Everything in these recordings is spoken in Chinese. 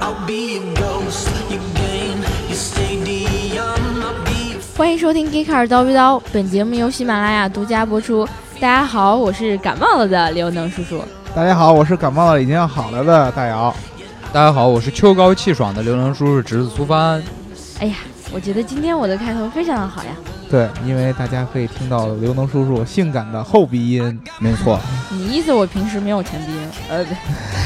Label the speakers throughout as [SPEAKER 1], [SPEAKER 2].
[SPEAKER 1] I'll be a ghost. You gain your stadium. I'll be a
[SPEAKER 2] 欢迎收听《g e e k a r 刀逼刀》，本节目由喜马拉雅独家播出。大家好，我是感冒了的刘能叔叔。
[SPEAKER 3] 大家好，我是感冒了已经要好了的大姚。
[SPEAKER 4] 大家好，我是秋高气爽的刘能叔叔侄子苏帆。
[SPEAKER 2] 哎呀，我觉得今天我的开头非常的好呀。
[SPEAKER 3] 对，因为大家可以听到刘能叔叔性感的后鼻音，
[SPEAKER 4] 没错，
[SPEAKER 2] 你意思我平时没有前鼻音？呃，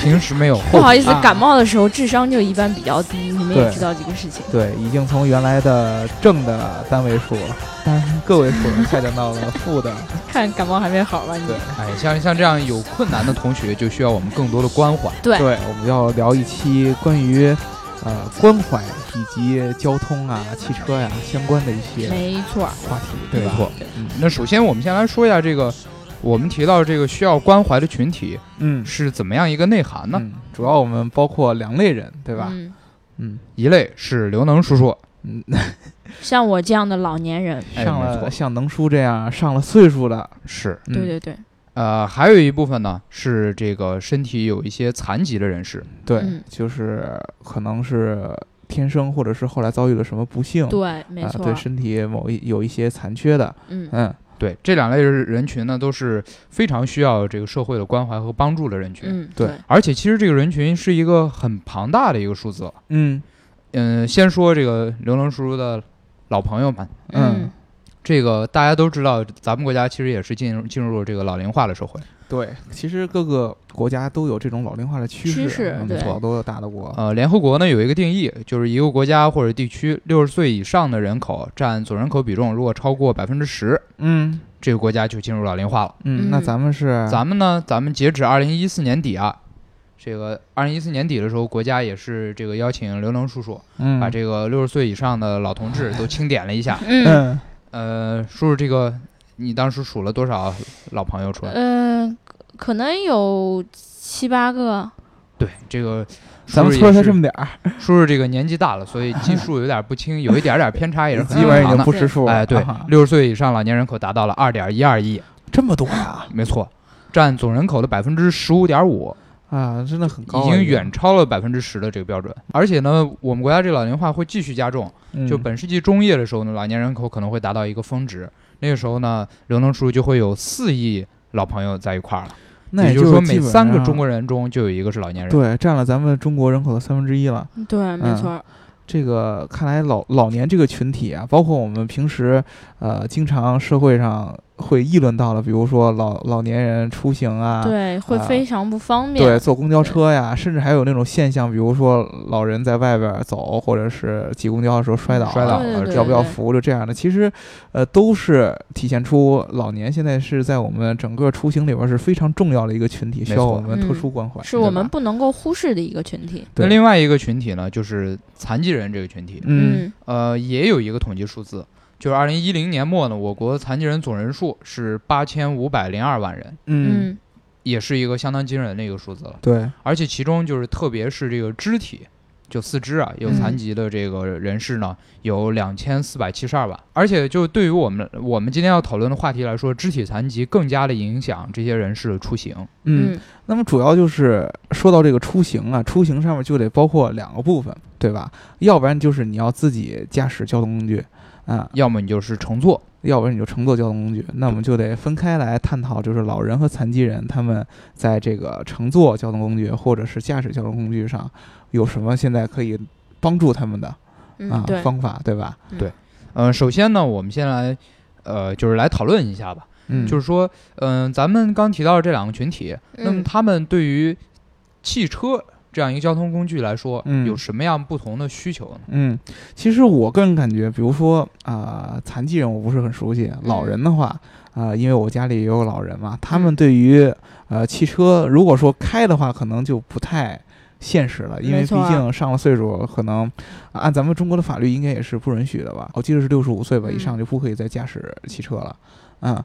[SPEAKER 4] 平时没有
[SPEAKER 2] 不
[SPEAKER 4] 后，
[SPEAKER 2] 好意思，
[SPEAKER 3] 哦啊
[SPEAKER 2] 感冒的时候智商就一般比较低，你们也
[SPEAKER 3] 对
[SPEAKER 2] 知道这个事情。
[SPEAKER 3] 对，已经从原来的正的单位数了，单个位数了，下降到了负的。
[SPEAKER 2] 看感冒还没好吧？你
[SPEAKER 3] 对
[SPEAKER 4] 哎，像像这样有困难的同学，就需要我们更多的关怀。
[SPEAKER 2] 对
[SPEAKER 3] 对，我们要聊一期关于呃关怀以及交通啊、汽车呀、相关的一些
[SPEAKER 2] 没错儿。
[SPEAKER 3] 话题，
[SPEAKER 4] 没
[SPEAKER 3] 吧？
[SPEAKER 4] 错，嗯那首先我们先来说一下这个，我们提到这个需要关怀的群体
[SPEAKER 3] 嗯，
[SPEAKER 4] 是怎么样一个内涵呢？
[SPEAKER 3] 嗯主要我们包括两类人，对吧？
[SPEAKER 2] 嗯，
[SPEAKER 3] 嗯
[SPEAKER 4] 一类是刘能叔叔，
[SPEAKER 3] 嗯，
[SPEAKER 2] 像我这样的老年人，
[SPEAKER 4] 哎
[SPEAKER 3] 上
[SPEAKER 4] 没
[SPEAKER 3] 了
[SPEAKER 4] 错
[SPEAKER 3] 像能叔这样上了岁数的，
[SPEAKER 4] 是
[SPEAKER 3] 嗯
[SPEAKER 2] 对对对，
[SPEAKER 4] 呃，还有一部分呢是这个身体有一些残疾的人士。
[SPEAKER 3] 对，
[SPEAKER 2] 嗯
[SPEAKER 3] 就是可能是天生或者是后来遭遇了什么不幸，
[SPEAKER 2] 对，没
[SPEAKER 3] 啊、
[SPEAKER 2] 错
[SPEAKER 3] 对
[SPEAKER 2] 儿。
[SPEAKER 3] 身体某一有一些残缺的，
[SPEAKER 2] 嗯，
[SPEAKER 3] 嗯，
[SPEAKER 4] 对这两类人群呢，都是非常需要这个社会的关怀和帮助的人群。
[SPEAKER 2] 嗯，
[SPEAKER 3] 对
[SPEAKER 2] 对，
[SPEAKER 4] 而且其实这个人群是一个很庞大的一个数字了。
[SPEAKER 3] 嗯
[SPEAKER 4] 嗯，先说这个刘能叔叔的老朋友们，
[SPEAKER 3] 嗯，
[SPEAKER 4] 这个大家都知道，咱们国家其实也是进入进入了这个老龄化的社会。
[SPEAKER 3] 对，其实各个国家都有这种老龄化的趋
[SPEAKER 2] 趋势
[SPEAKER 3] 势，嗯
[SPEAKER 2] 对
[SPEAKER 3] 好多大的国，
[SPEAKER 4] 呃，联合国呢有一个定义，就是一个国家或者地区六十岁以上的人口占总人口比重如果超过百分之十，
[SPEAKER 3] 嗯
[SPEAKER 4] 这个国家就进入老龄化了。
[SPEAKER 3] 嗯，那
[SPEAKER 2] 嗯
[SPEAKER 3] 咱们是
[SPEAKER 4] 咱们呢，咱们截止二零一四年底啊。这个二零一四年底的时候，国家也是这个邀请刘能叔叔
[SPEAKER 3] 嗯
[SPEAKER 4] 把这个六十岁以上的老 同志都清点了一下，
[SPEAKER 2] 嗯，
[SPEAKER 3] 嗯
[SPEAKER 4] 呃，叔叔，这个你当时数了多少老朋友
[SPEAKER 3] 呃
[SPEAKER 4] 出来？
[SPEAKER 2] 嗯，可能有七八个。
[SPEAKER 4] 对，这个
[SPEAKER 3] 咱们
[SPEAKER 4] 叔
[SPEAKER 3] 村儿
[SPEAKER 4] 叔
[SPEAKER 3] 才
[SPEAKER 4] 也
[SPEAKER 3] 这么
[SPEAKER 4] 是，
[SPEAKER 3] 点儿，
[SPEAKER 4] 叔叔这个年纪大了，所以基数有点不清，有一点点偏差也是 很
[SPEAKER 3] 基
[SPEAKER 4] 正
[SPEAKER 3] 本上已
[SPEAKER 4] 常
[SPEAKER 3] 经
[SPEAKER 4] 的。
[SPEAKER 3] 不识数了，
[SPEAKER 4] 哎，对
[SPEAKER 3] 啊，
[SPEAKER 4] 六十岁以上老年人口达到了二点一二亿，
[SPEAKER 3] 这么多呀
[SPEAKER 4] 没错，占总人口的百分之十五点五，
[SPEAKER 3] 啊，真的很高
[SPEAKER 4] 已
[SPEAKER 3] 啊，
[SPEAKER 4] 经远超了百分之十的这个标准。而且呢，我们国家这个老龄化会继续加重，
[SPEAKER 3] 嗯
[SPEAKER 4] 就本世纪中叶的时候呢，老年人口可能会达到一个峰值，那个时候呢，刘能叔就会有四亿老朋友在一块儿了。
[SPEAKER 3] 那
[SPEAKER 4] 也
[SPEAKER 3] 也
[SPEAKER 4] 就是说，
[SPEAKER 3] 基
[SPEAKER 4] 每
[SPEAKER 3] 本
[SPEAKER 4] 三个
[SPEAKER 3] 上啊
[SPEAKER 4] 中国人中就有一个是老年人。
[SPEAKER 3] 对占了咱们中国人口的三分之一了。
[SPEAKER 2] 对，没
[SPEAKER 3] 嗯
[SPEAKER 2] 错儿。
[SPEAKER 3] 这个看来老老年这个群体啊，包括我们平时呃经常社会上会议论到的，比如说老老年人出行啊，
[SPEAKER 2] 对，会
[SPEAKER 3] 啊
[SPEAKER 2] 非常不方
[SPEAKER 3] 对，
[SPEAKER 2] 便。
[SPEAKER 3] 坐公交车呀，甚至还有那种现象，比如说老人在外边儿走，或者是挤公交的时候摔倒了，
[SPEAKER 4] 摔倒
[SPEAKER 2] 对
[SPEAKER 4] 了
[SPEAKER 2] 对对
[SPEAKER 3] 要不要扶着这样的，其实呃都是体现出老年现在是在我们整个出行里边儿是非常重要的一个群体，需要
[SPEAKER 4] 错
[SPEAKER 3] 我们
[SPEAKER 2] 嗯
[SPEAKER 3] 特殊关怀，
[SPEAKER 2] 是我
[SPEAKER 3] 对吧
[SPEAKER 2] 们不能够忽视的一个群体。
[SPEAKER 4] 那
[SPEAKER 3] 对
[SPEAKER 4] 另外一个群体呢，就是残疾人这个群体，
[SPEAKER 3] 嗯
[SPEAKER 4] 呃，也有一个统计数字，就是二零一零年末呢，我国残疾人总人数是八千五百零二万人，
[SPEAKER 3] 嗯
[SPEAKER 2] 嗯
[SPEAKER 4] 也是一个相当惊人的一个数字了。
[SPEAKER 3] 对嗯
[SPEAKER 4] 而且其中就是特别是这个肢体，就四肢啊有残
[SPEAKER 2] 嗯
[SPEAKER 4] 疾的这个人士呢，有两千四百七十二万。而且就对于我们我们今天要讨论的话题来说，肢体残疾更加的影响这些人士的出行。
[SPEAKER 3] 嗯
[SPEAKER 2] 嗯
[SPEAKER 3] 那么主要就是说到这个出行啊，出行上面就得包括两个部分，对吧？要不然就是你要自己驾驶交通工具，啊，
[SPEAKER 4] 要么你就是乘坐，
[SPEAKER 3] 要不然你就乘坐交通工具。那我们就得分开来探讨，就是老人和残疾人他们在这个乘坐交通工具或者是驾驶交通工具上有什么现在可以帮助他们的啊、
[SPEAKER 2] 嗯，对，
[SPEAKER 3] 方法，对吧？
[SPEAKER 4] 嗯，首先呢，我们先来，呃，就是来讨论一下吧。
[SPEAKER 3] 嗯，
[SPEAKER 4] 就是说，嗯、咱们刚提到这两个群体，那么
[SPEAKER 2] 嗯
[SPEAKER 4] 他们对于汽车这样一个交通工具来说，
[SPEAKER 3] 嗯
[SPEAKER 4] 有什么样不同的需求呢？
[SPEAKER 3] 嗯，其实我个人感觉，比如说啊、残疾人我不是很熟悉，老
[SPEAKER 2] 嗯
[SPEAKER 3] 人的话啊、因为我家里也有老人嘛，他们对于呃汽车，如果说开的话，可能就不太现实了，因为
[SPEAKER 2] 没
[SPEAKER 3] 毕
[SPEAKER 2] 错啊
[SPEAKER 3] 竟上了岁数，可能、啊按咱们中国的法律应该也是不允许的吧？我记得是六十五岁吧
[SPEAKER 2] 嗯
[SPEAKER 3] 以上就不可以再驾驶汽车了，嗯，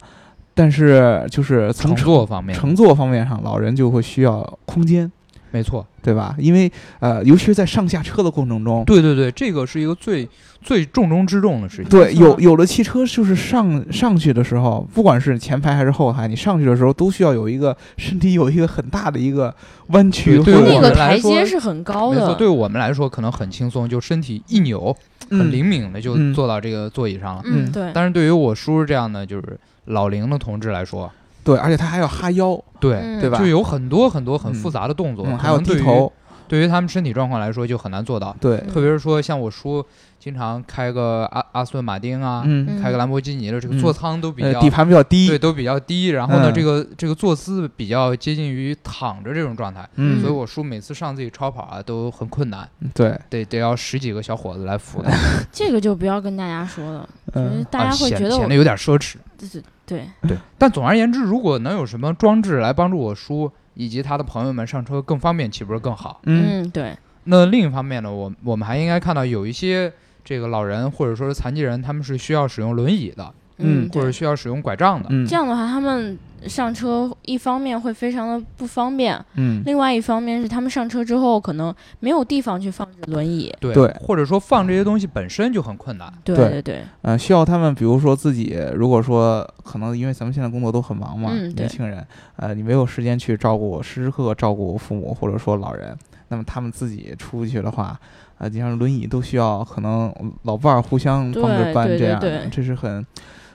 [SPEAKER 3] 但是就是从
[SPEAKER 4] 乘坐方面，
[SPEAKER 3] 乘坐方面上，老人就会需要空间，
[SPEAKER 4] 没错，
[SPEAKER 3] 对吧？因为呃，尤其是在上下车的过程中，
[SPEAKER 4] 对对对，这个是一个最最重中之重的事情。
[SPEAKER 3] 对，
[SPEAKER 2] 没错
[SPEAKER 3] 有有的汽车就是上上去的时候，不管是前排还是后排，你上去的时候都需要有一个身体有一个很大的一个弯曲，
[SPEAKER 4] 对对
[SPEAKER 3] 或者
[SPEAKER 4] 于
[SPEAKER 2] 那
[SPEAKER 4] 我
[SPEAKER 2] 个
[SPEAKER 4] 们来
[SPEAKER 2] 台
[SPEAKER 4] 说
[SPEAKER 2] 阶是很高
[SPEAKER 4] 没错，
[SPEAKER 2] 的，
[SPEAKER 4] 对我们来说可能很轻松，就身体一扭，很灵敏的就
[SPEAKER 3] 嗯
[SPEAKER 4] 坐到这个座椅上了。
[SPEAKER 2] 嗯
[SPEAKER 3] 嗯
[SPEAKER 2] 对，
[SPEAKER 4] 但是对于我叔这样的就是老龄的同志来说，
[SPEAKER 3] 嗯对，而且它还要哈腰，
[SPEAKER 4] 对，
[SPEAKER 2] 嗯
[SPEAKER 3] 对吧？
[SPEAKER 4] 就有很多很多很复
[SPEAKER 3] 嗯
[SPEAKER 4] 杂的动作，
[SPEAKER 3] 嗯，
[SPEAKER 4] 可
[SPEAKER 3] 还有
[SPEAKER 4] 能对
[SPEAKER 3] 低
[SPEAKER 4] 于
[SPEAKER 3] 头，
[SPEAKER 4] 对于他们身体状况来说就很难做到。
[SPEAKER 3] 对，
[SPEAKER 2] 嗯
[SPEAKER 4] 特别是说像我叔经常开个阿阿斯顿马丁啊，
[SPEAKER 3] 嗯，
[SPEAKER 4] 开个兰博基尼的，这个
[SPEAKER 3] 嗯
[SPEAKER 4] 座舱都比
[SPEAKER 3] 呃
[SPEAKER 4] 较、
[SPEAKER 3] 底盘比较低
[SPEAKER 4] 对，，都比较低。然后呢，
[SPEAKER 3] 嗯
[SPEAKER 4] 这个这个坐姿比较接近于躺着这种状态，
[SPEAKER 3] 嗯
[SPEAKER 4] 所以，我叔每次上自己超跑啊都很困难，
[SPEAKER 3] 对，
[SPEAKER 4] 得得要十几个小伙子来扶他，
[SPEAKER 2] 嗯这个就不要跟大家说了，因为
[SPEAKER 3] 嗯，
[SPEAKER 2] 大家会觉得
[SPEAKER 4] 啊、
[SPEAKER 2] 我
[SPEAKER 4] 显得有点奢侈。
[SPEAKER 2] 就是对，
[SPEAKER 4] 对，但总而言之，如果能有什么装置来帮助我叔以及他的朋友们上车更方便，岂不是更好？
[SPEAKER 3] 嗯，
[SPEAKER 2] 嗯对，
[SPEAKER 4] 那另一方面呢，我我们还应该看到有一些这个老人或者说是残疾人，他们是需要使用轮椅的，
[SPEAKER 3] 嗯
[SPEAKER 2] 对
[SPEAKER 4] 或者需要使用拐杖的。
[SPEAKER 3] 嗯，
[SPEAKER 2] 这样的话，他们上车一方面会非常的不方便，
[SPEAKER 3] 嗯，
[SPEAKER 2] 另外一方面是他们上车之后可能没有地方去放置轮椅。
[SPEAKER 4] 对，
[SPEAKER 3] 对
[SPEAKER 4] 或者说放这些东西本身就很困难。
[SPEAKER 2] 对
[SPEAKER 3] 对
[SPEAKER 2] 对对，
[SPEAKER 3] 呃，需要他们，比如说自己，如果说可能因为咱们现在工作都很忙嘛，
[SPEAKER 2] 嗯对
[SPEAKER 3] 年轻人，呃，你没有时间去照顾时时刻刻照顾父母或者说老人，那么他们自己出去的话，呃，你像轮椅都需要可能老伴儿互相帮着
[SPEAKER 2] 对
[SPEAKER 3] 搬
[SPEAKER 2] 对
[SPEAKER 3] 这
[SPEAKER 2] 对
[SPEAKER 3] 样的，
[SPEAKER 2] 对
[SPEAKER 3] 这是很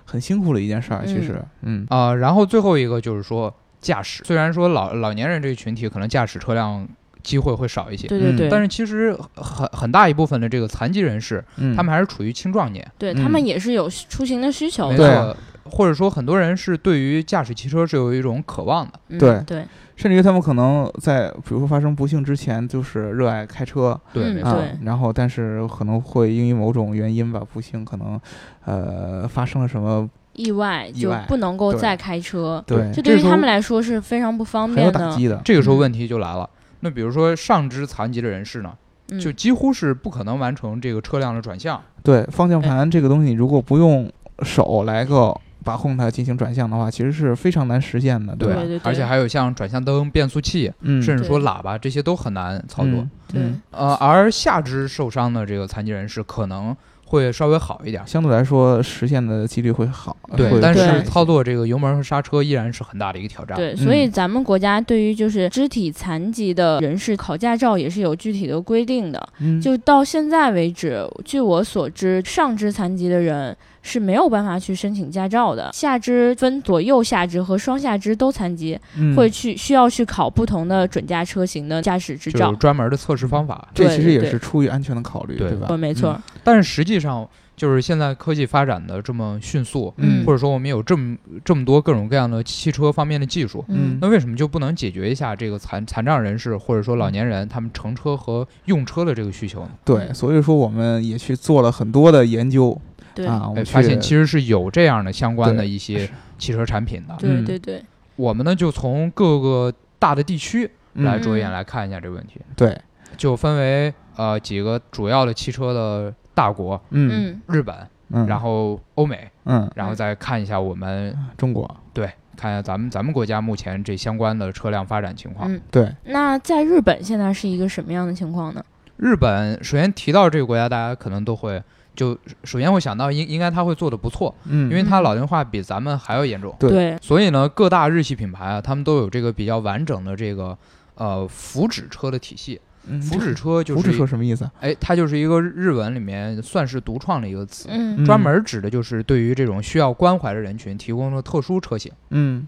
[SPEAKER 3] 很辛苦的一件事儿，其实，嗯
[SPEAKER 4] 啊、然后最后一个就是说驾驶，虽然说老老年人这个群体可能驾驶车辆机会会少一些，
[SPEAKER 2] 对对
[SPEAKER 3] 嗯
[SPEAKER 2] 对，
[SPEAKER 4] 但是其实很很大一部分的这个残疾人士，
[SPEAKER 3] 嗯，
[SPEAKER 4] 他们还是处于青壮年，
[SPEAKER 2] 对
[SPEAKER 3] 嗯
[SPEAKER 2] 他们也是有出行的需求
[SPEAKER 4] 没
[SPEAKER 2] 的。
[SPEAKER 3] 对
[SPEAKER 4] 错，或者说很多人是对于驾驶汽车是有一种渴望的，
[SPEAKER 2] 嗯
[SPEAKER 3] 对
[SPEAKER 2] 对
[SPEAKER 3] 甚至于他们可能在比如说发生不幸之前，就是热爱开车，
[SPEAKER 4] 对，
[SPEAKER 2] 嗯
[SPEAKER 4] 没
[SPEAKER 3] 啊
[SPEAKER 4] 错，
[SPEAKER 2] 对
[SPEAKER 3] 然后但是可能会因为某种原因吧，不幸可能，呃，发生了什么，
[SPEAKER 2] 意外
[SPEAKER 3] 意
[SPEAKER 2] 就
[SPEAKER 3] 外
[SPEAKER 2] 不能够
[SPEAKER 3] 对
[SPEAKER 2] 再开车，
[SPEAKER 3] 对，
[SPEAKER 2] 这对于
[SPEAKER 4] 这时候
[SPEAKER 2] 他们来说是非常不方
[SPEAKER 3] 很有
[SPEAKER 2] 便
[SPEAKER 3] 打
[SPEAKER 2] 的。
[SPEAKER 3] 击的，
[SPEAKER 4] 这个时候问题就来了。那比如说上肢残疾的人士呢，
[SPEAKER 2] 嗯
[SPEAKER 4] 就几乎是不可能完成这个车辆的转向，
[SPEAKER 3] 对，方向盘这个东西，如果不用手来够把控它进行转向的话，其实是非常难实现的，吧
[SPEAKER 2] 对
[SPEAKER 4] 吧？
[SPEAKER 2] 对对
[SPEAKER 4] 而且还有像转向灯、变速器，
[SPEAKER 3] 嗯，
[SPEAKER 4] 甚
[SPEAKER 3] 至
[SPEAKER 4] 至说喇叭这些都很难操作。
[SPEAKER 2] 对
[SPEAKER 3] 嗯，
[SPEAKER 4] 呃，而下肢受伤的这个残疾人士可能会稍微好一点，
[SPEAKER 3] 相对来说实现的几率会好，
[SPEAKER 4] 对，
[SPEAKER 3] 会大
[SPEAKER 4] 但是
[SPEAKER 3] 一些
[SPEAKER 4] 操，作这个油门和刹车依然是很大的一个挑战。
[SPEAKER 2] 对，
[SPEAKER 3] 嗯
[SPEAKER 2] 所以咱们国家对于就是肢体残疾的人士考驾照也是有具体的规定的。
[SPEAKER 3] 嗯，
[SPEAKER 2] 就到现在为止，据我所知，上肢残疾的人是没有办法去申请驾照的。下肢分左右下肢和双下肢都残疾，
[SPEAKER 3] 嗯
[SPEAKER 2] 会去需要去考不同的准驾车型的驾驶执
[SPEAKER 4] 就有
[SPEAKER 2] 照。
[SPEAKER 4] 专门的测试方法，
[SPEAKER 3] 这
[SPEAKER 2] 对
[SPEAKER 3] 其实也
[SPEAKER 2] 对
[SPEAKER 3] 是出于安全的考虑，
[SPEAKER 4] 对
[SPEAKER 3] 对吧？
[SPEAKER 2] 呃，没错
[SPEAKER 3] 嗯
[SPEAKER 2] 儿，
[SPEAKER 4] 但是实际上就是现在科技发展的这么迅速，
[SPEAKER 3] 嗯
[SPEAKER 4] 或者说我们有这么这么多各种各样的汽车方面的技术，
[SPEAKER 3] 嗯
[SPEAKER 4] 那为什么就不能解决一下这个残残障人士或者说老年人他们乘车和用车的这个需求呢？
[SPEAKER 3] 对，所以说我们也去做了很多的研究
[SPEAKER 2] 对，
[SPEAKER 3] 啊，我
[SPEAKER 4] 哎，
[SPEAKER 3] 们
[SPEAKER 4] 发
[SPEAKER 3] 去
[SPEAKER 4] 现其实是有这样的相关的
[SPEAKER 3] 对
[SPEAKER 4] 一些
[SPEAKER 3] 是
[SPEAKER 4] 汽车产品的。
[SPEAKER 2] 对
[SPEAKER 3] 嗯
[SPEAKER 2] 对对，
[SPEAKER 4] 我们呢就从各个大的地区来
[SPEAKER 3] 嗯
[SPEAKER 4] 着眼来看一下这个问题，
[SPEAKER 3] 对，
[SPEAKER 4] 就分为呃几个主要的汽车的大国，
[SPEAKER 3] 嗯
[SPEAKER 2] 嗯
[SPEAKER 4] 日本，
[SPEAKER 3] 嗯，
[SPEAKER 4] 然
[SPEAKER 3] 后
[SPEAKER 4] 后欧美，
[SPEAKER 3] 嗯，
[SPEAKER 4] 然后再看一下我们
[SPEAKER 3] 中国
[SPEAKER 4] 对，看一下咱们咱们国家目前这相关的车辆发展情况。
[SPEAKER 2] 嗯。
[SPEAKER 3] 对，
[SPEAKER 2] 那在日本现在是一个什么样的情况呢？
[SPEAKER 4] 日本首先提到这个国家，大家可能都会就首先会想到应应该它会做的不错，
[SPEAKER 3] 嗯，
[SPEAKER 4] 因为它老龄化比咱们还要严重。
[SPEAKER 3] 对
[SPEAKER 2] 对，
[SPEAKER 4] 所以呢，各大日系品牌啊，他们都有这个比较完整的这个呃福祉车的体系。
[SPEAKER 3] 嗯
[SPEAKER 4] 福祉车就
[SPEAKER 3] 福
[SPEAKER 4] 是
[SPEAKER 3] 祉
[SPEAKER 4] 一
[SPEAKER 3] 车什么意思啊？
[SPEAKER 4] 哎，它就是一个日文里面算是独创的一个词，
[SPEAKER 2] 嗯
[SPEAKER 4] 专门指的就是对于这种需要关怀的人群提供的特殊车型。
[SPEAKER 3] 嗯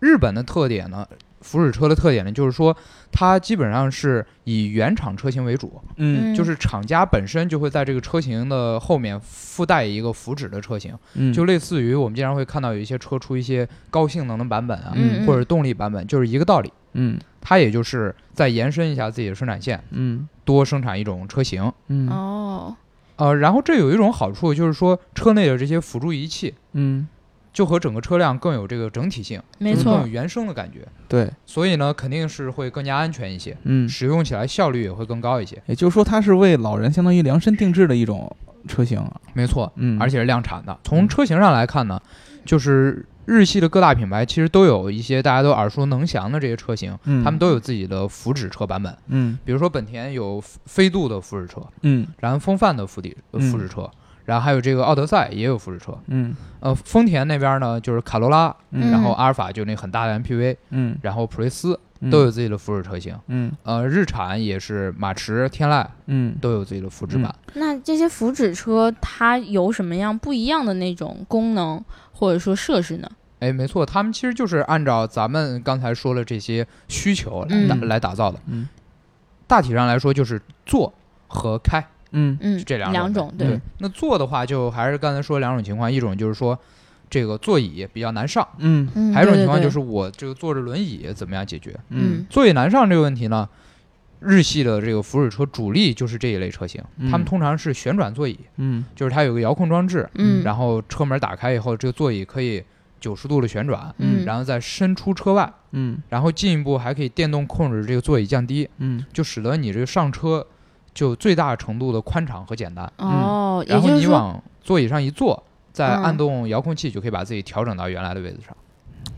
[SPEAKER 4] 日本的特点呢，福祉车的特点呢，就是说它基本上是以原厂车型为主，
[SPEAKER 3] 嗯
[SPEAKER 2] 嗯
[SPEAKER 4] 就是厂家本身就会在这个车型的后面附带一个福祉的车型，
[SPEAKER 3] 嗯，
[SPEAKER 4] 就类似于我们经常会看到有一些车出一些高性能的版本啊，
[SPEAKER 3] 嗯
[SPEAKER 4] 或者动力版本，就是一个道理。
[SPEAKER 3] 嗯
[SPEAKER 4] 它也就是在延伸一下自己的生产线，
[SPEAKER 3] 嗯
[SPEAKER 4] 多生产一种车型。
[SPEAKER 3] 嗯
[SPEAKER 2] 哦，
[SPEAKER 4] 呃，然后这有一种好处，就是说车内的这些辅助仪器，
[SPEAKER 3] 嗯，
[SPEAKER 4] 就和整个车辆更有这个整体性，
[SPEAKER 2] 没
[SPEAKER 4] 更有
[SPEAKER 2] 错，
[SPEAKER 4] 原生的感觉。
[SPEAKER 3] 对，
[SPEAKER 4] 所以呢，肯定是会更加安全一些，
[SPEAKER 3] 嗯，
[SPEAKER 4] 使用起来效率也会更高一些。
[SPEAKER 3] 也就是说，它是为老人相当于量身定制的一种车型，
[SPEAKER 4] 没错，
[SPEAKER 3] 嗯，
[SPEAKER 4] 而
[SPEAKER 3] 且
[SPEAKER 4] 且是量产的。从车型上来看呢，就是日系的各大品牌其实都有一些大家都耳熟能详的这些车型，
[SPEAKER 3] 嗯
[SPEAKER 4] 他们都有自己的福祉车版本。
[SPEAKER 3] 嗯
[SPEAKER 4] 比如说本田有飞度的福祉车，
[SPEAKER 3] 嗯
[SPEAKER 4] 然后风范的福地呃
[SPEAKER 3] 嗯
[SPEAKER 4] 福祉车，然后还有这个奥德赛也有福祉车。
[SPEAKER 3] 嗯
[SPEAKER 4] 呃，丰田那边呢就是卡罗拉，
[SPEAKER 3] 嗯
[SPEAKER 4] 然后啊阿尔法就那很大的 MPV，
[SPEAKER 3] 嗯
[SPEAKER 4] 然后普锐斯
[SPEAKER 3] 嗯
[SPEAKER 4] 都有自己的福祉车型。
[SPEAKER 3] 嗯
[SPEAKER 4] 呃，日产也是马驰、天籁
[SPEAKER 3] 嗯
[SPEAKER 4] 都有自己的福祉版。
[SPEAKER 2] 那这些福祉车它有什么样不一样的那种功能或者说设施呢？
[SPEAKER 4] 哎，没错，他们其实就是按照咱们刚才说的这些需求来打、
[SPEAKER 3] 嗯
[SPEAKER 4] 来打造的。
[SPEAKER 3] 嗯
[SPEAKER 4] 大体上来说，就是做和开
[SPEAKER 3] 嗯
[SPEAKER 2] 嗯，
[SPEAKER 4] 这两种
[SPEAKER 2] 两种对，
[SPEAKER 3] 嗯
[SPEAKER 4] 那做的话，就还是刚才说两种情况，一种就是说这个座椅比较难上，
[SPEAKER 3] 嗯
[SPEAKER 2] 嗯，
[SPEAKER 4] 还有一种情
[SPEAKER 2] 对
[SPEAKER 4] 况
[SPEAKER 2] 对
[SPEAKER 4] 就
[SPEAKER 2] 对
[SPEAKER 4] 是我这个坐着轮椅怎么样解决？
[SPEAKER 3] 嗯
[SPEAKER 2] 嗯
[SPEAKER 4] 座椅难上这个问题呢，日系的这个福祉车主力就是这一类车型，
[SPEAKER 3] 嗯
[SPEAKER 4] 他们通常是旋转座椅，
[SPEAKER 3] 嗯
[SPEAKER 4] 就是它有个遥控装置，
[SPEAKER 2] 嗯，
[SPEAKER 4] 然后车门打开以后，这个座椅可以九十度的旋转，
[SPEAKER 2] 嗯
[SPEAKER 4] 然后再伸出车外，
[SPEAKER 3] 嗯
[SPEAKER 4] 然后进一步还可以电动控制这个座椅降低，
[SPEAKER 3] 嗯
[SPEAKER 4] 就使得你这个上车就最大程度的宽敞和简单。
[SPEAKER 2] 哦，也
[SPEAKER 4] 嗯然后
[SPEAKER 2] 就是
[SPEAKER 4] 你
[SPEAKER 2] 说，
[SPEAKER 4] 往座椅上一坐，再
[SPEAKER 2] 嗯
[SPEAKER 4] 按动遥控器就可以把自己调整到原来的位置上。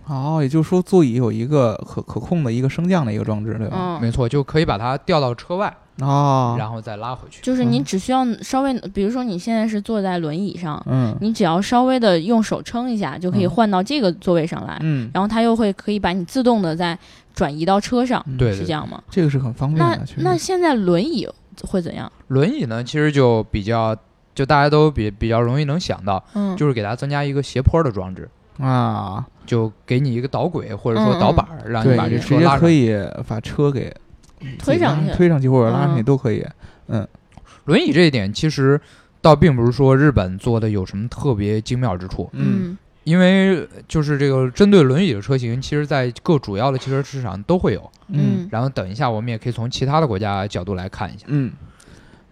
[SPEAKER 3] 哦，也就是说座椅有一个可可控的一个升降的一个装置，对吧？
[SPEAKER 2] 嗯，
[SPEAKER 4] 没错，就可以把它调到车外，
[SPEAKER 3] 哦，
[SPEAKER 4] 然后再拉回去。
[SPEAKER 2] 就是你
[SPEAKER 3] 嗯
[SPEAKER 2] 只需要稍微，比如说你现在是坐在轮椅上，
[SPEAKER 3] 嗯
[SPEAKER 2] 你只要稍微的用手撑一下，就可以
[SPEAKER 3] 嗯
[SPEAKER 2] 换到这个座位上来，
[SPEAKER 3] 嗯，
[SPEAKER 2] 然后它又会可以把你自动的再转移到车上，
[SPEAKER 3] 嗯
[SPEAKER 4] 对
[SPEAKER 2] 是
[SPEAKER 4] 对
[SPEAKER 2] 这，样吗？
[SPEAKER 3] 这个是很方便
[SPEAKER 2] 那
[SPEAKER 3] 的，确实
[SPEAKER 2] 那现在轮椅会怎样？
[SPEAKER 4] 轮椅呢，其实就比较，就大家都比比较容易能想到，
[SPEAKER 2] 嗯，
[SPEAKER 4] 就是给它增加一个斜坡的装置，
[SPEAKER 3] 啊，
[SPEAKER 4] 就给你一个导轨或者说
[SPEAKER 2] 嗯
[SPEAKER 4] 导
[SPEAKER 2] 嗯
[SPEAKER 4] 板儿，让
[SPEAKER 3] 对，
[SPEAKER 4] 你把这
[SPEAKER 3] 直
[SPEAKER 4] 车
[SPEAKER 3] 接
[SPEAKER 4] 拉
[SPEAKER 3] 可
[SPEAKER 4] 上。
[SPEAKER 3] 以把车给
[SPEAKER 2] 推
[SPEAKER 3] 自己拉
[SPEAKER 2] 上去
[SPEAKER 3] 推上去或者拉上去
[SPEAKER 2] 嗯
[SPEAKER 3] 都可以。
[SPEAKER 4] 轮椅这一点其实。倒并不是说日本做的有什么特别精妙之处，
[SPEAKER 2] 嗯
[SPEAKER 4] 因为就是这个针对轮椅的车型，其实在各主要的汽车市场都会有。
[SPEAKER 3] 嗯
[SPEAKER 2] 嗯
[SPEAKER 4] 然后等一下，我们也可以从其他的国家角度来看一下。
[SPEAKER 3] 嗯，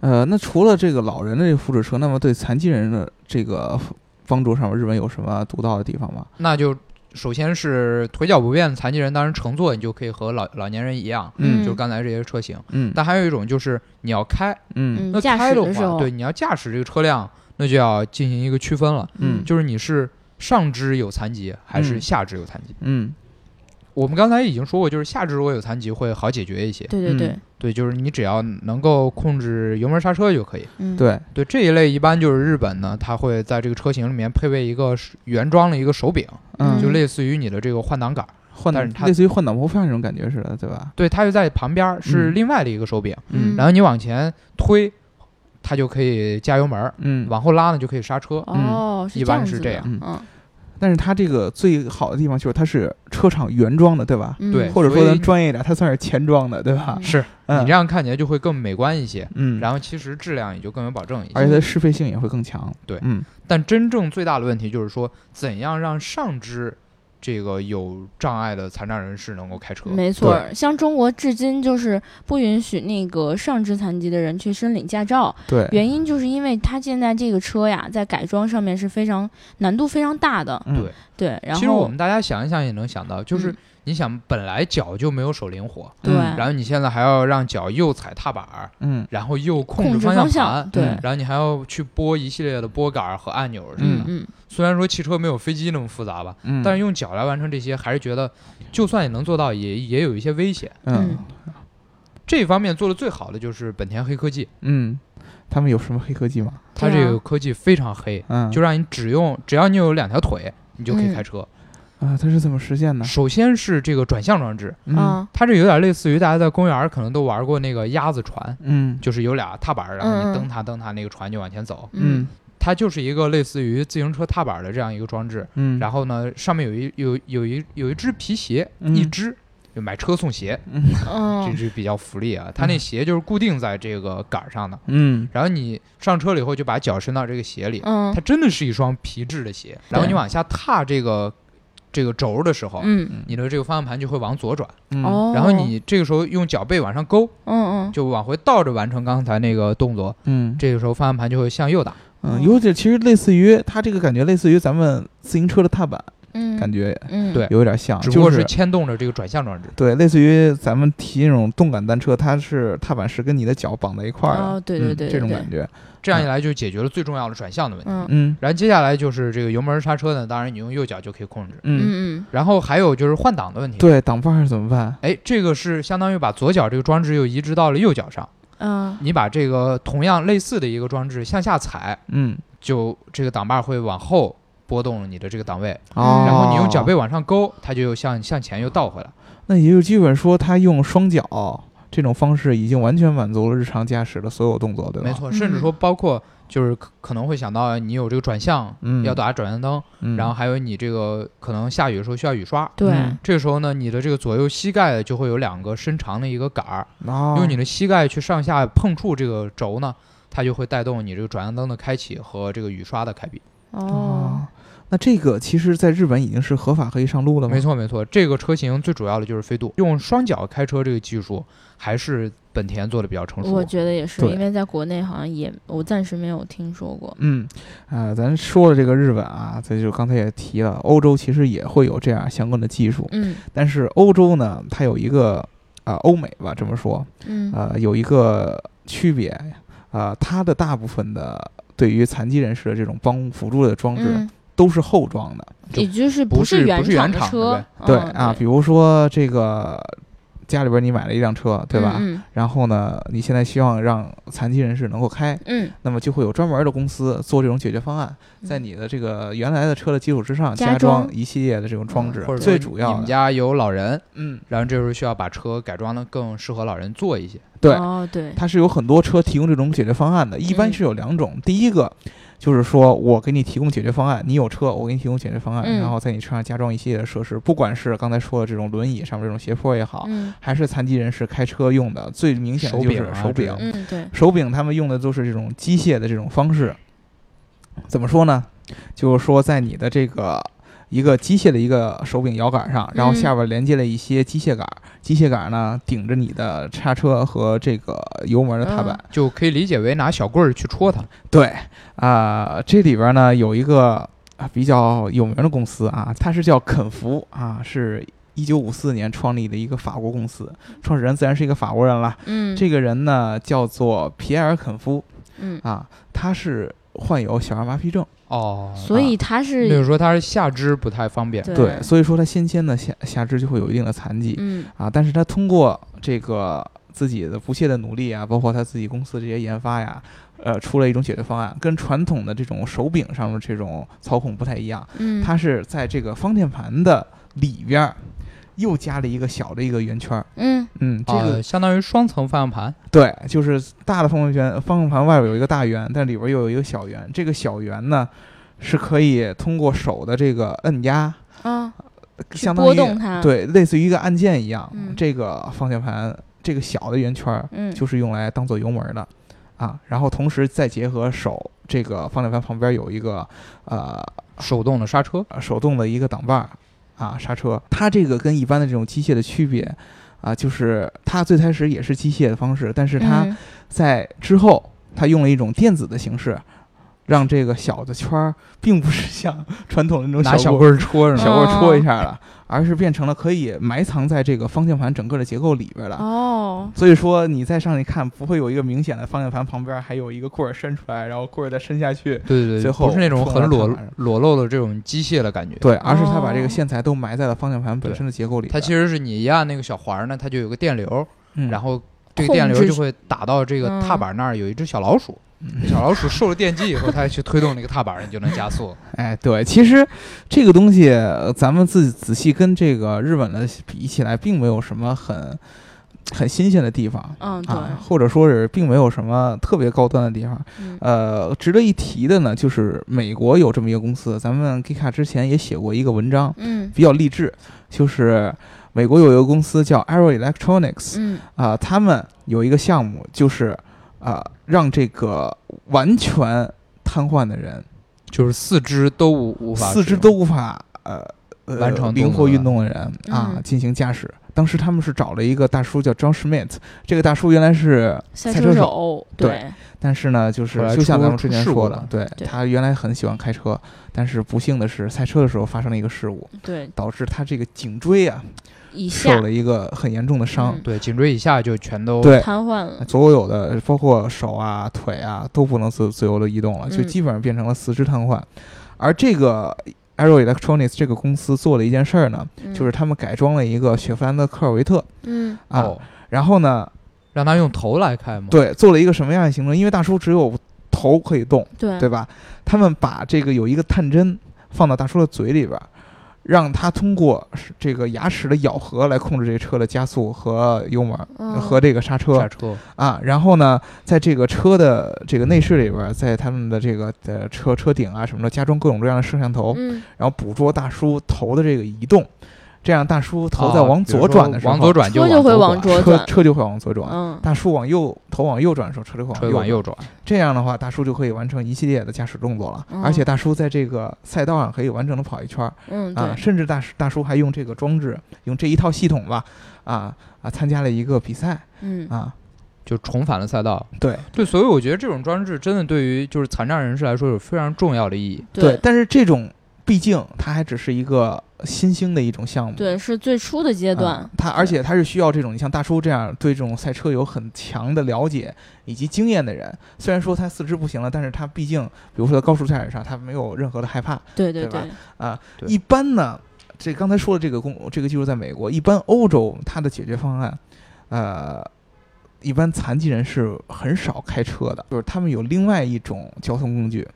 [SPEAKER 3] 呃，那除了这个老人的这个扶持车，那么对残疾人的这个帮助上面，日本有什么独到的地方吗？
[SPEAKER 4] 那就首先是腿脚不便的残疾人，当然乘坐你就可以和老老年人一样，
[SPEAKER 2] 嗯
[SPEAKER 4] 就刚才这些车型。
[SPEAKER 3] 嗯
[SPEAKER 4] 但还有一种就是你要开，
[SPEAKER 3] 嗯
[SPEAKER 2] 嗯，
[SPEAKER 4] 那
[SPEAKER 2] 驾
[SPEAKER 4] 开
[SPEAKER 2] 驶
[SPEAKER 4] 的
[SPEAKER 2] 的
[SPEAKER 4] 话，
[SPEAKER 2] 时候，
[SPEAKER 4] 对，你要驾驶这个车辆，那就要进行一个区分了，
[SPEAKER 3] 嗯
[SPEAKER 4] 就是你是上肢有残疾还是
[SPEAKER 3] 嗯
[SPEAKER 4] 下肢有残疾。
[SPEAKER 3] 嗯
[SPEAKER 4] 我们刚才已经说过，就是下肢如果有残疾会好解决一些，
[SPEAKER 2] 对对对
[SPEAKER 3] 嗯，
[SPEAKER 4] 对，就是你只要能够控制油门刹车就可以。
[SPEAKER 2] 嗯，
[SPEAKER 3] 对，
[SPEAKER 4] 对这一类，一般就是日本呢，它会在这个车型里面配备一个是原装的一个手柄，
[SPEAKER 3] 嗯，
[SPEAKER 4] 就类似于你的这个换挡杆儿，
[SPEAKER 3] 换
[SPEAKER 4] 但是它
[SPEAKER 3] 类似于换挡拨片那种感觉似的，对吧？
[SPEAKER 4] 对，它就在旁边儿是
[SPEAKER 3] 嗯
[SPEAKER 4] 另外的一个手柄，
[SPEAKER 2] 嗯
[SPEAKER 4] 然后你往前推，它就可以加油门儿，
[SPEAKER 3] 嗯，
[SPEAKER 4] 往后拉呢就可以刹车。
[SPEAKER 2] 哦，是
[SPEAKER 4] 嗯一
[SPEAKER 2] 这
[SPEAKER 4] 般
[SPEAKER 2] 样
[SPEAKER 4] 是
[SPEAKER 2] 子
[SPEAKER 4] 这
[SPEAKER 2] 的
[SPEAKER 4] 样
[SPEAKER 2] 嗯
[SPEAKER 3] 但是它这个最好的地方就是它是车厂原装的，对吧？
[SPEAKER 2] 嗯，
[SPEAKER 4] 对
[SPEAKER 3] 或者说
[SPEAKER 4] 所以
[SPEAKER 3] 咱专业一点，它算是钱装的，对吧
[SPEAKER 2] 嗯？
[SPEAKER 4] 是你
[SPEAKER 3] 嗯
[SPEAKER 4] 这样看起来就会更美观一些，
[SPEAKER 3] 嗯，
[SPEAKER 4] 然后其实质量也就更有保证一
[SPEAKER 3] 而
[SPEAKER 4] 些。
[SPEAKER 3] 且它的适配性也会更强。
[SPEAKER 4] 对
[SPEAKER 3] 嗯
[SPEAKER 4] 但真正最大的问题就是说，怎样让上肢这个有障碍的残障人士能够开车？
[SPEAKER 2] 没错儿，像中国至今就是不允许那个上肢残疾的人去申领驾照，
[SPEAKER 3] 对，
[SPEAKER 2] 原因就是因为他现在这个车呀，在改装上面是非常难度非常大的。
[SPEAKER 3] 嗯
[SPEAKER 4] 对
[SPEAKER 2] 对，然后
[SPEAKER 4] 其实我们大家想一想也能想到，就是
[SPEAKER 2] 嗯
[SPEAKER 4] 你想本来脚就没有手灵活，
[SPEAKER 2] 对，
[SPEAKER 3] 嗯
[SPEAKER 4] 然后你现在还要让脚又踩踏板儿，
[SPEAKER 3] 嗯
[SPEAKER 4] 然后又控
[SPEAKER 2] 控
[SPEAKER 4] 制
[SPEAKER 2] 制
[SPEAKER 4] 方
[SPEAKER 2] 方
[SPEAKER 4] 盘，
[SPEAKER 2] 对，
[SPEAKER 3] 嗯
[SPEAKER 4] 然后你还要去拨一系列的拨杆儿和按钮什么
[SPEAKER 2] 嗯
[SPEAKER 4] 的。
[SPEAKER 2] 嗯，
[SPEAKER 4] 虽然说汽车没有飞机那么复杂吧，
[SPEAKER 3] 嗯，
[SPEAKER 4] 但是用脚来完成这些，还是觉得就算你能做到也，也有一些危险。
[SPEAKER 3] 嗯
[SPEAKER 4] 这方面做的最好的就是本田黑科技，
[SPEAKER 3] 嗯，他们有什么黑科技吗？
[SPEAKER 4] 它
[SPEAKER 2] 对啊
[SPEAKER 4] 这个科技非常黑，
[SPEAKER 3] 嗯，
[SPEAKER 4] 就让你只用只要你有两条腿，你就可以
[SPEAKER 2] 嗯
[SPEAKER 4] 开车。
[SPEAKER 3] 啊，它是怎么实现的？
[SPEAKER 4] 首先是这个转向装置，
[SPEAKER 3] 嗯
[SPEAKER 2] 啊，
[SPEAKER 4] 它这有点类似于大家在公园儿可能都玩过那个鸭子船，
[SPEAKER 3] 嗯
[SPEAKER 4] 就是有俩踏板儿，然后
[SPEAKER 2] 嗯
[SPEAKER 4] 你
[SPEAKER 2] 嗯
[SPEAKER 4] 蹬它蹬它，那个船就往前走。
[SPEAKER 3] 嗯
[SPEAKER 4] 它就是一个类似于自行车踏板的这样一个装置。
[SPEAKER 3] 嗯，
[SPEAKER 4] 然后呢，上面有一有有一有一只皮鞋，
[SPEAKER 3] 嗯
[SPEAKER 4] 一只就买车送鞋，这
[SPEAKER 2] 嗯，
[SPEAKER 4] 是比较福利啊。它那鞋就是固定在这个杆儿上的，
[SPEAKER 3] 嗯
[SPEAKER 4] 然后你上车了以后就把脚伸到这个鞋里，
[SPEAKER 2] 嗯
[SPEAKER 4] 它真的是一双皮质的鞋。然后你往下踏这个这个轴儿的时候，
[SPEAKER 2] 嗯
[SPEAKER 4] 你的这个方向盘就会往左转，
[SPEAKER 3] 嗯
[SPEAKER 2] 哦，
[SPEAKER 4] 然后你这个时候用脚背往上勾，
[SPEAKER 2] 嗯嗯
[SPEAKER 4] 就往回倒着完成刚才那个动作。
[SPEAKER 3] 嗯
[SPEAKER 4] 这个时候方向盘就会向右打，
[SPEAKER 2] 哦
[SPEAKER 3] 嗯，有点其实类似于它这个感觉类似于咱们自行车的踏板，
[SPEAKER 2] 嗯，
[SPEAKER 3] 感觉
[SPEAKER 2] 嗯，
[SPEAKER 4] 对
[SPEAKER 3] 有一点像，
[SPEAKER 4] 哎只不过
[SPEAKER 3] 就是
[SPEAKER 4] 啊
[SPEAKER 3] 嗯
[SPEAKER 4] 牵动着这个转向装置。
[SPEAKER 3] 对，类似于咱们提那种动感单车，它是踏板是跟你的脚绑在一块儿的，
[SPEAKER 2] 哦对对
[SPEAKER 3] 嗯
[SPEAKER 2] 对
[SPEAKER 3] 这种
[SPEAKER 2] 对
[SPEAKER 3] 感觉，
[SPEAKER 4] 这样一来就解决了最重要的转向的问题。
[SPEAKER 2] 嗯
[SPEAKER 3] 嗯
[SPEAKER 4] 然后接下来就是这个油门刹车呢，当然你用右脚就可以控制。
[SPEAKER 3] 嗯，
[SPEAKER 2] 嗯
[SPEAKER 4] 然后还有就是换挡的问题。，
[SPEAKER 3] 对，挡把儿怎么办？
[SPEAKER 4] 哎，这个是相当于把左脚这个装置又移植到了右脚上，
[SPEAKER 2] 嗯
[SPEAKER 4] 你把这个同样类似的一个装置向下踩，
[SPEAKER 3] 嗯，
[SPEAKER 4] 就这个挡把会往后拨动你的这个档位，
[SPEAKER 3] 哦，
[SPEAKER 4] 然后你用脚背往上勾，它就又向向前又倒回来。
[SPEAKER 3] 那也就基本说，他用双脚这种方式已经完全满足了日常驾驶的所有动作，对吧？
[SPEAKER 4] 没，错，甚至说包括就是可可能会想到你有这个转向，
[SPEAKER 3] 嗯，
[SPEAKER 4] 要打转向灯，
[SPEAKER 3] 嗯，
[SPEAKER 4] 然后还有你这个可能下雨的时候需要雨刷。
[SPEAKER 2] 对
[SPEAKER 3] 嗯
[SPEAKER 4] 这个时候呢，你的这个左右膝盖就会有两个伸长的一个杆儿，
[SPEAKER 3] 哦，
[SPEAKER 4] 用你的膝盖去上下碰触这个轴呢，它就会带动你这个转向灯的开启和这个雨刷的开闭。
[SPEAKER 2] 哦
[SPEAKER 3] 哦，那这个其实在日本已经是合法可以上路了吗？
[SPEAKER 4] 没，错没错，这个车型最主要的就是飞度，用双脚开车这个技术还是本田做的比较成熟
[SPEAKER 2] 我。觉得也是，
[SPEAKER 3] 对
[SPEAKER 2] 因为在国内好像也我暂时没有听说过。
[SPEAKER 3] 嗯，啊、咱说了这个日本啊，这就刚才也提了，欧洲其实也会有这样相关的技术，
[SPEAKER 2] 嗯
[SPEAKER 3] 但是欧洲呢，它有一个啊、欧美吧这么说，
[SPEAKER 2] 嗯
[SPEAKER 3] 呃，有一个区别，啊，它的大部分的对于残疾人士的这种帮辅助的装置、
[SPEAKER 2] 嗯，
[SPEAKER 3] 都是后装的。
[SPEAKER 4] 就
[SPEAKER 2] 也就是
[SPEAKER 4] 不是
[SPEAKER 2] 是
[SPEAKER 4] 不是原
[SPEAKER 2] 的
[SPEAKER 4] 厂的
[SPEAKER 2] 车
[SPEAKER 4] 呗，
[SPEAKER 3] 对
[SPEAKER 2] 嗯
[SPEAKER 3] 啊，比如说这个家里边你买了一辆车，对吧？
[SPEAKER 2] 嗯
[SPEAKER 3] 然后呢，你现在希望让残疾人士能够开，
[SPEAKER 2] 嗯，
[SPEAKER 3] 那么就会有专门的公司做这种解决方案，
[SPEAKER 2] 嗯
[SPEAKER 3] 在你的这个原来的车的基础之上
[SPEAKER 2] 加
[SPEAKER 3] 加
[SPEAKER 2] 装
[SPEAKER 3] 装一系列的这种装置
[SPEAKER 4] 嗯或者，说
[SPEAKER 3] 最主
[SPEAKER 4] 你
[SPEAKER 3] 要
[SPEAKER 4] 们
[SPEAKER 3] 的，
[SPEAKER 4] 家有老人，
[SPEAKER 3] 嗯，
[SPEAKER 4] 然后这时候需要把车改装的更适合老人坐一些。
[SPEAKER 3] 对，
[SPEAKER 2] 哦对，
[SPEAKER 3] 它是有很多车提供这种解决方案的，一般
[SPEAKER 2] 嗯
[SPEAKER 3] 是有两种，第一个。就是说，我给你提供解决方案，你有车，我给你提供解决方案，
[SPEAKER 2] 嗯
[SPEAKER 3] 然后在你车上加装一系列的设施，不管是刚才说的这种轮椅上面这种斜坡也好，
[SPEAKER 2] 嗯
[SPEAKER 3] 还是残疾人士开车用的，最明显的就
[SPEAKER 4] 手
[SPEAKER 3] 是
[SPEAKER 4] 柄啊
[SPEAKER 3] 手
[SPEAKER 4] 这
[SPEAKER 3] 柄。
[SPEAKER 4] 种
[SPEAKER 2] 嗯对，
[SPEAKER 3] 手柄他们用的都是这种机械的这种方式。怎么说呢？就是说在你的这个一个机械的一个手柄摇杆上，然后
[SPEAKER 2] 嗯
[SPEAKER 3] 下边连接了一些机械杆，机械杆呢顶着你的刹车和这个油门的踏板。
[SPEAKER 2] 嗯
[SPEAKER 4] 就可以理解为拿小棍儿去戳它。
[SPEAKER 3] 对啊、这里边呢有一个啊比较有名的公司啊，它是叫肯福啊，是一九五四年创立的一个法国公司，创始人自然是一个法国人了。
[SPEAKER 2] 嗯
[SPEAKER 3] 这个人呢叫做皮埃尔肯夫
[SPEAKER 2] 嗯，
[SPEAKER 3] 啊，他是患有小儿麻痹症，
[SPEAKER 4] 哦，
[SPEAKER 2] 所以它
[SPEAKER 4] 那就是是说它是下肢不太方便。
[SPEAKER 3] 对，所以说他先天的下下肢就会有一定的残疾
[SPEAKER 2] 嗯
[SPEAKER 3] 啊，但是他通过这个自己的不懈的努力啊，包括他自己公司这些研发呀。呃，出了一种解决方案，跟传统的这种手柄上面这种操控不太一样，
[SPEAKER 2] 嗯，
[SPEAKER 3] 它是在这个方向盘的里边儿又加了一个小的一个圆圈儿。
[SPEAKER 2] 嗯
[SPEAKER 3] 嗯，这
[SPEAKER 4] 啊，
[SPEAKER 3] 个
[SPEAKER 4] 相当于双层方向盘。
[SPEAKER 3] 对，就是大的方向圆方向盘外边有一个大圆，但里边又有一个小圆。这个小圆呢，是可以通过手的这个摁压，
[SPEAKER 2] 啊去
[SPEAKER 3] 相当于
[SPEAKER 2] 拨动它，
[SPEAKER 3] 对，类似于一个按键一样。
[SPEAKER 2] 嗯
[SPEAKER 3] 这个方向盘这个小的圆圈儿
[SPEAKER 2] 嗯
[SPEAKER 3] 就是用来当做油门的啊，然后同时再结合手这个方向盘旁边有一个呃
[SPEAKER 4] 手动的刹车，
[SPEAKER 3] 呃手动的一个挡把儿啊，刹车。它这个跟一般的这种机械的区别啊，就是它最开始也是机械的方式，但是它
[SPEAKER 2] 嗯
[SPEAKER 3] 在之后，它用了一种电子的形式，让这个小的圈儿并不是像传统的那种
[SPEAKER 4] 拿
[SPEAKER 3] 小
[SPEAKER 4] 小
[SPEAKER 3] 棍儿
[SPEAKER 4] 棍儿戳着
[SPEAKER 3] 小
[SPEAKER 4] 呢。
[SPEAKER 3] 棍儿
[SPEAKER 2] 哦
[SPEAKER 3] 戳一下了，而是变成了可以埋藏在这个方向盘整个的结构里边了。
[SPEAKER 2] 哦
[SPEAKER 3] 所以说，你再上去看，不会有一个明显的方向盘旁边还有一个棍儿伸出来，然后棍儿再伸下去。
[SPEAKER 4] 对对
[SPEAKER 3] 最
[SPEAKER 4] 对，
[SPEAKER 3] 后
[SPEAKER 4] 不是那种
[SPEAKER 3] 戳到
[SPEAKER 4] 很
[SPEAKER 3] 踏
[SPEAKER 4] 裸
[SPEAKER 3] 板上
[SPEAKER 4] 裸露的这种机械的感觉。，
[SPEAKER 3] 对，而是它把这
[SPEAKER 2] 哦
[SPEAKER 3] 个线材都埋在了方向盘本身的结构里边。
[SPEAKER 4] 它其实是你一按那个小环儿呢，它就有个电流，
[SPEAKER 3] 嗯，
[SPEAKER 4] 然后这个
[SPEAKER 2] 控
[SPEAKER 4] 电流
[SPEAKER 2] 制
[SPEAKER 4] 就会打到这个
[SPEAKER 2] 嗯
[SPEAKER 4] 踏板那儿，有一只小老鼠。
[SPEAKER 3] 嗯
[SPEAKER 4] 小老鼠受了电击以后，它去推动那个踏板，你就能加 速。
[SPEAKER 3] 哎，对，其实这个东西，呃咱们自己仔细跟这个日本的比起来，并没有什么很很新鲜的地方。
[SPEAKER 2] 嗯对
[SPEAKER 3] 啊，或者说是并没有什么特别高端的地方。
[SPEAKER 2] 嗯
[SPEAKER 3] 呃，值得一提的呢，就是美国有这么一个公司，咱们 Gika 之前也写过一个文章，
[SPEAKER 2] 嗯
[SPEAKER 3] 比较励志，就是美国有一个公司叫 Arrow Electronics，
[SPEAKER 2] 嗯
[SPEAKER 3] 啊、他们有一个项目就是啊、让这个完全瘫痪的人
[SPEAKER 4] 就是四肢都无无法使用，
[SPEAKER 3] 四肢都无法呃呃
[SPEAKER 4] 完成动
[SPEAKER 3] 灵活
[SPEAKER 4] 作的
[SPEAKER 3] 运动的人啊
[SPEAKER 2] 嗯
[SPEAKER 3] 进行驾驶。当时他们是找了一个大叔叫 John Schmidt，这个大叔原来是
[SPEAKER 2] 赛
[SPEAKER 3] 赛
[SPEAKER 2] 车
[SPEAKER 3] 车
[SPEAKER 2] 手，
[SPEAKER 3] 对但是呢，就是
[SPEAKER 4] 后来
[SPEAKER 3] 就像
[SPEAKER 4] 出
[SPEAKER 3] 咱们之
[SPEAKER 4] 出
[SPEAKER 3] 前
[SPEAKER 4] 事
[SPEAKER 3] 说
[SPEAKER 4] 故
[SPEAKER 3] 的
[SPEAKER 4] 了，
[SPEAKER 3] 对
[SPEAKER 2] 对
[SPEAKER 3] 他原来很喜欢开车，但是不幸的是赛车的时候发生了一个事故，
[SPEAKER 2] 对，
[SPEAKER 3] 导致他这个颈椎啊
[SPEAKER 2] 以嗯
[SPEAKER 3] 受
[SPEAKER 2] 下
[SPEAKER 3] 了一个很严重的伤。
[SPEAKER 2] 嗯
[SPEAKER 4] 对，颈椎以下就全都
[SPEAKER 3] 对，呃
[SPEAKER 2] 瘫痪了，
[SPEAKER 3] 所有的包括手啊、腿啊都不能自自由的移动了，就
[SPEAKER 2] 嗯
[SPEAKER 3] 基本上变成了四肢瘫痪。而这个 Aero Electronics 这个公司做了一件事儿呢，就是他们改装了一个雪佛兰的科尔维特
[SPEAKER 2] 嗯
[SPEAKER 3] 啊，
[SPEAKER 4] 哦
[SPEAKER 3] 然后呢，
[SPEAKER 4] 让他用头来开嘛。，
[SPEAKER 3] 对，做了一个什么样的形状？因为大叔只有头可以动，
[SPEAKER 2] 嗯对
[SPEAKER 3] 对吧？他们把这个有一个探针放到大叔的嘴里边儿。让他通过这个牙齿的咬合来控制这车的加速和油门儿、
[SPEAKER 2] 嗯
[SPEAKER 3] 和这个刹车，
[SPEAKER 4] 刹车
[SPEAKER 3] 啊，然后呢，在这个车的这个内饰里边儿，在他们的这个呃车车顶啊什么的，加装各种各样的摄像头，
[SPEAKER 2] 嗯
[SPEAKER 3] 然后捕捉大叔头的这个移动，这样大叔头在
[SPEAKER 4] 啊
[SPEAKER 3] 往
[SPEAKER 4] 比如
[SPEAKER 3] 左
[SPEAKER 4] 说
[SPEAKER 3] 转的时候，
[SPEAKER 4] 往左转就
[SPEAKER 2] 车就会
[SPEAKER 4] 左
[SPEAKER 2] 往
[SPEAKER 4] 转
[SPEAKER 2] 左
[SPEAKER 3] 车
[SPEAKER 2] 转
[SPEAKER 3] 车就会往左转。
[SPEAKER 2] 嗯
[SPEAKER 3] 大叔往右头往右转的时候，车就会
[SPEAKER 4] 车
[SPEAKER 3] 往
[SPEAKER 4] 往
[SPEAKER 3] 右
[SPEAKER 4] 右
[SPEAKER 3] 转。
[SPEAKER 4] 转，
[SPEAKER 3] 这样的话，大叔就可以完成一系列的驾驶动作了。而且
[SPEAKER 2] 哦
[SPEAKER 3] 大叔在这个赛道上可以完整的跑一圈儿
[SPEAKER 2] 嗯
[SPEAKER 3] 啊，
[SPEAKER 2] 对
[SPEAKER 3] 甚至大叔大叔还用这个装置，用这一套系统吧，啊啊，参加了一个比赛
[SPEAKER 2] 嗯
[SPEAKER 3] 啊。
[SPEAKER 4] 就重返了赛道。
[SPEAKER 3] 对，
[SPEAKER 4] 对，所以我觉得这种装置真的对于就是残障人士来说有非常重要的意义。
[SPEAKER 3] 对，
[SPEAKER 2] 对
[SPEAKER 3] 但是这种毕竟它还只是一个新兴的一种项目，
[SPEAKER 2] 对是最初的阶
[SPEAKER 3] 阶
[SPEAKER 2] 段，
[SPEAKER 3] 它嗯而且它是需要这种你像大叔这样对这种赛车有很强的了解以及经验的人。虽然说他四肢不行了，但是他毕竟，比如说在高速驾驶上，他没有任何的害怕。
[SPEAKER 2] 对对
[SPEAKER 3] 对吧
[SPEAKER 2] 对，
[SPEAKER 4] 对
[SPEAKER 3] 一般呢，这刚才说的这个公这个技术在美国，一般欧洲它的解决方案，呃，一般残疾人是很少开车的，就是他们有另外一种交通工具，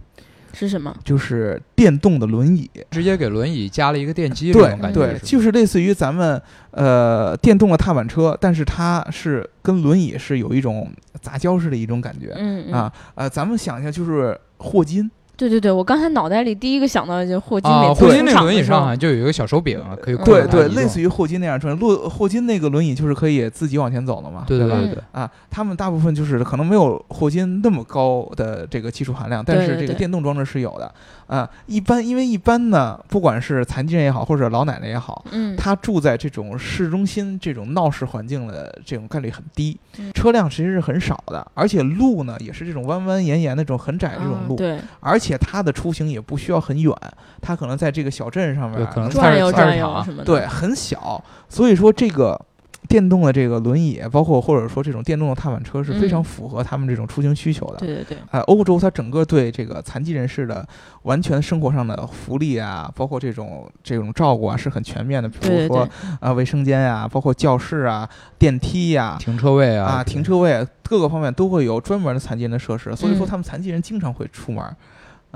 [SPEAKER 2] 是什么？
[SPEAKER 3] 就是电动的轮椅。
[SPEAKER 4] 直接给轮椅加了一个电机，这
[SPEAKER 3] 对
[SPEAKER 4] 种感觉
[SPEAKER 3] 对，就是是类似于咱们呃电动的踏板车，但是它是跟轮椅是有一种杂交式的一种感觉、
[SPEAKER 2] 嗯嗯
[SPEAKER 3] 啊。呃，咱们想一下，就是霍金，
[SPEAKER 2] 对对对，我刚才脑袋里第一个想到的就是霍金
[SPEAKER 4] 啊，
[SPEAKER 2] 每
[SPEAKER 4] 霍
[SPEAKER 2] 次
[SPEAKER 4] 金
[SPEAKER 2] 出
[SPEAKER 4] 那
[SPEAKER 2] 场
[SPEAKER 4] 轮椅
[SPEAKER 2] 的时
[SPEAKER 4] 上
[SPEAKER 2] 候
[SPEAKER 4] 好像就有一个小手柄啊可以控
[SPEAKER 3] 对
[SPEAKER 4] 哦制它移动，
[SPEAKER 3] 对，类似于霍金那样穿。洛霍金那个轮椅就是可以自己往前走了嘛，
[SPEAKER 4] 对对
[SPEAKER 3] 吧？
[SPEAKER 4] 对
[SPEAKER 2] 嗯
[SPEAKER 4] 对，
[SPEAKER 3] 啊，他们大部分就是可能没有霍金那么高的这个技术含量，但
[SPEAKER 2] 对
[SPEAKER 3] 是
[SPEAKER 2] 对
[SPEAKER 3] 这个
[SPEAKER 2] 对
[SPEAKER 3] 电动装置是有的啊。一般因为一般呢，不管是残疾人也好，或者老奶奶也好，
[SPEAKER 2] 嗯，
[SPEAKER 3] 他住在这种市中心这种闹市环境的这种概率很低
[SPEAKER 2] 嗯，
[SPEAKER 3] 车辆其实是很少的，而且路呢也是这种弯弯延延那种很窄的这种
[SPEAKER 2] 啊
[SPEAKER 3] 路，
[SPEAKER 2] 对，
[SPEAKER 3] 而且他的出行也不需要很远，他可能在这个小镇上面
[SPEAKER 4] 对可能
[SPEAKER 2] 转悠
[SPEAKER 4] 菜市
[SPEAKER 2] 转悠
[SPEAKER 4] 场
[SPEAKER 2] 什么的，
[SPEAKER 3] 对很小，所以说这个。电动的这个轮椅，包括或者说这种电动的踏板车，是非常
[SPEAKER 2] 嗯
[SPEAKER 3] 符合他们这种出行需求的。
[SPEAKER 2] 对对对，
[SPEAKER 3] 呃，欧洲它整个对这个残疾人士的完全生活上的福利啊，包括这种这种照顾啊，是很全面的。比
[SPEAKER 2] 对
[SPEAKER 3] 如
[SPEAKER 2] 对
[SPEAKER 3] 说
[SPEAKER 2] 对
[SPEAKER 3] 啊、呃卫生间啊，包括教室啊、电梯呀
[SPEAKER 4] 停车位
[SPEAKER 3] 啊、
[SPEAKER 4] 啊，
[SPEAKER 3] 停车位各个方面都会有专门的残疾人的设施。所以说，
[SPEAKER 2] 嗯
[SPEAKER 3] 他们残疾人经常会出门儿。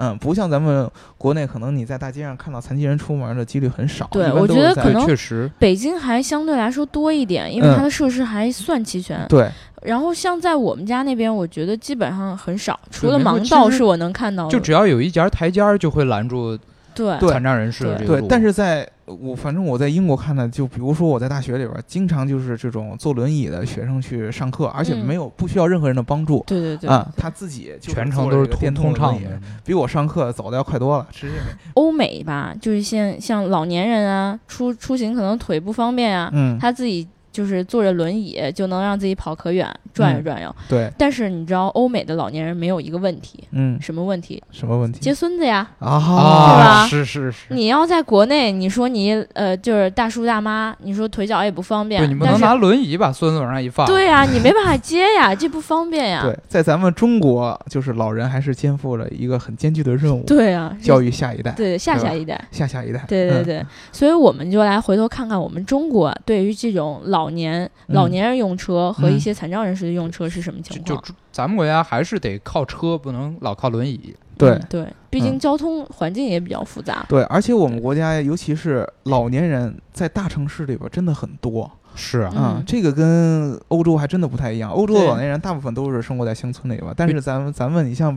[SPEAKER 3] 嗯，不像咱们国内，可能你在大街上看到残疾人出门儿的几率很少。
[SPEAKER 2] 对
[SPEAKER 3] 一般
[SPEAKER 2] 我
[SPEAKER 3] 都
[SPEAKER 2] 觉
[SPEAKER 3] 是
[SPEAKER 2] 得
[SPEAKER 3] 在
[SPEAKER 2] 可能
[SPEAKER 4] 对，确实
[SPEAKER 2] 北京还相对来说多一点，因为它
[SPEAKER 3] 嗯
[SPEAKER 2] 的设施还算齐全。
[SPEAKER 3] 对
[SPEAKER 2] 然后像在我们家那边，我觉得基本上很少，除了
[SPEAKER 4] 没错
[SPEAKER 2] 盲
[SPEAKER 4] 其
[SPEAKER 2] 道
[SPEAKER 4] 实
[SPEAKER 2] 是我能看到的，
[SPEAKER 4] 就只要有一节台阶儿就会拦住
[SPEAKER 2] 对
[SPEAKER 3] 对
[SPEAKER 4] 残障人士的这
[SPEAKER 2] 对
[SPEAKER 4] 个
[SPEAKER 3] 对
[SPEAKER 4] 路，
[SPEAKER 3] 但是在呃我反正我在英国看的，就比如说我在大学里边儿，经常就是这种坐轮椅的学生去上课，而且
[SPEAKER 2] 嗯
[SPEAKER 3] 没有不需要任何人的帮助。
[SPEAKER 2] 对对对
[SPEAKER 3] 啊、他自己就是
[SPEAKER 4] 全程
[SPEAKER 3] 坐
[SPEAKER 4] 都
[SPEAKER 3] 着
[SPEAKER 4] 是
[SPEAKER 3] 这个电
[SPEAKER 4] 通
[SPEAKER 3] 动
[SPEAKER 4] 通
[SPEAKER 3] 轮
[SPEAKER 4] 畅
[SPEAKER 3] 椅
[SPEAKER 4] 的，
[SPEAKER 3] 比我上课走的要快多
[SPEAKER 2] 啊
[SPEAKER 3] 了，真是
[SPEAKER 2] 欧美吧，就是像像老年人啊，出出行可能腿不方便啊，
[SPEAKER 3] 嗯，
[SPEAKER 2] 他自己就是坐着轮椅就能让自己跑可远，转
[SPEAKER 4] 嗯
[SPEAKER 2] 悠转悠。
[SPEAKER 3] 对，
[SPEAKER 2] 但是你知道，欧美的老年人没有一个问题，
[SPEAKER 3] 嗯，
[SPEAKER 2] 什么问题？
[SPEAKER 3] 什么问
[SPEAKER 2] 接
[SPEAKER 3] 题
[SPEAKER 2] 孙子呀！
[SPEAKER 3] 啊？
[SPEAKER 4] 啊，
[SPEAKER 2] 吧
[SPEAKER 4] 是是嗯是，
[SPEAKER 2] 你要在国内，你说你呃就是大叔大妈，你说腿脚也不方便
[SPEAKER 4] 对，你，不
[SPEAKER 2] 但
[SPEAKER 4] 能
[SPEAKER 2] 是
[SPEAKER 4] 拿轮椅把孙子往上一放，
[SPEAKER 2] 对呀、你没办法接呀，这不方便呀。
[SPEAKER 3] 对，在咱们中国，就是老人还是肩负了一个很艰巨的任务，
[SPEAKER 2] 对啊，是
[SPEAKER 3] 教育下一代、
[SPEAKER 2] 对下
[SPEAKER 3] 对吧
[SPEAKER 2] 下一代。
[SPEAKER 3] 下下一代。
[SPEAKER 2] 对对
[SPEAKER 3] 嗯，
[SPEAKER 2] 对，所以我们就来回头看看我们中国对于这种老年老
[SPEAKER 3] 嗯
[SPEAKER 2] 年人用车和
[SPEAKER 3] 嗯
[SPEAKER 2] 一些残障人士的用车是什么情
[SPEAKER 4] 就
[SPEAKER 2] 况
[SPEAKER 4] 就。咱们国家还是得靠车，不能老靠轮椅。
[SPEAKER 3] 对
[SPEAKER 2] 嗯对，毕竟交通环境也比较复杂。
[SPEAKER 3] 对，而且我们国家，尤其是老年人，在大城市里边真的很多
[SPEAKER 4] 是啊，
[SPEAKER 3] 啊
[SPEAKER 2] 嗯，
[SPEAKER 3] 这个跟欧洲还真的不太一样。欧洲的
[SPEAKER 2] 对
[SPEAKER 3] 老年人大部分都是生活在乡村里边，但是咱们咱们，你像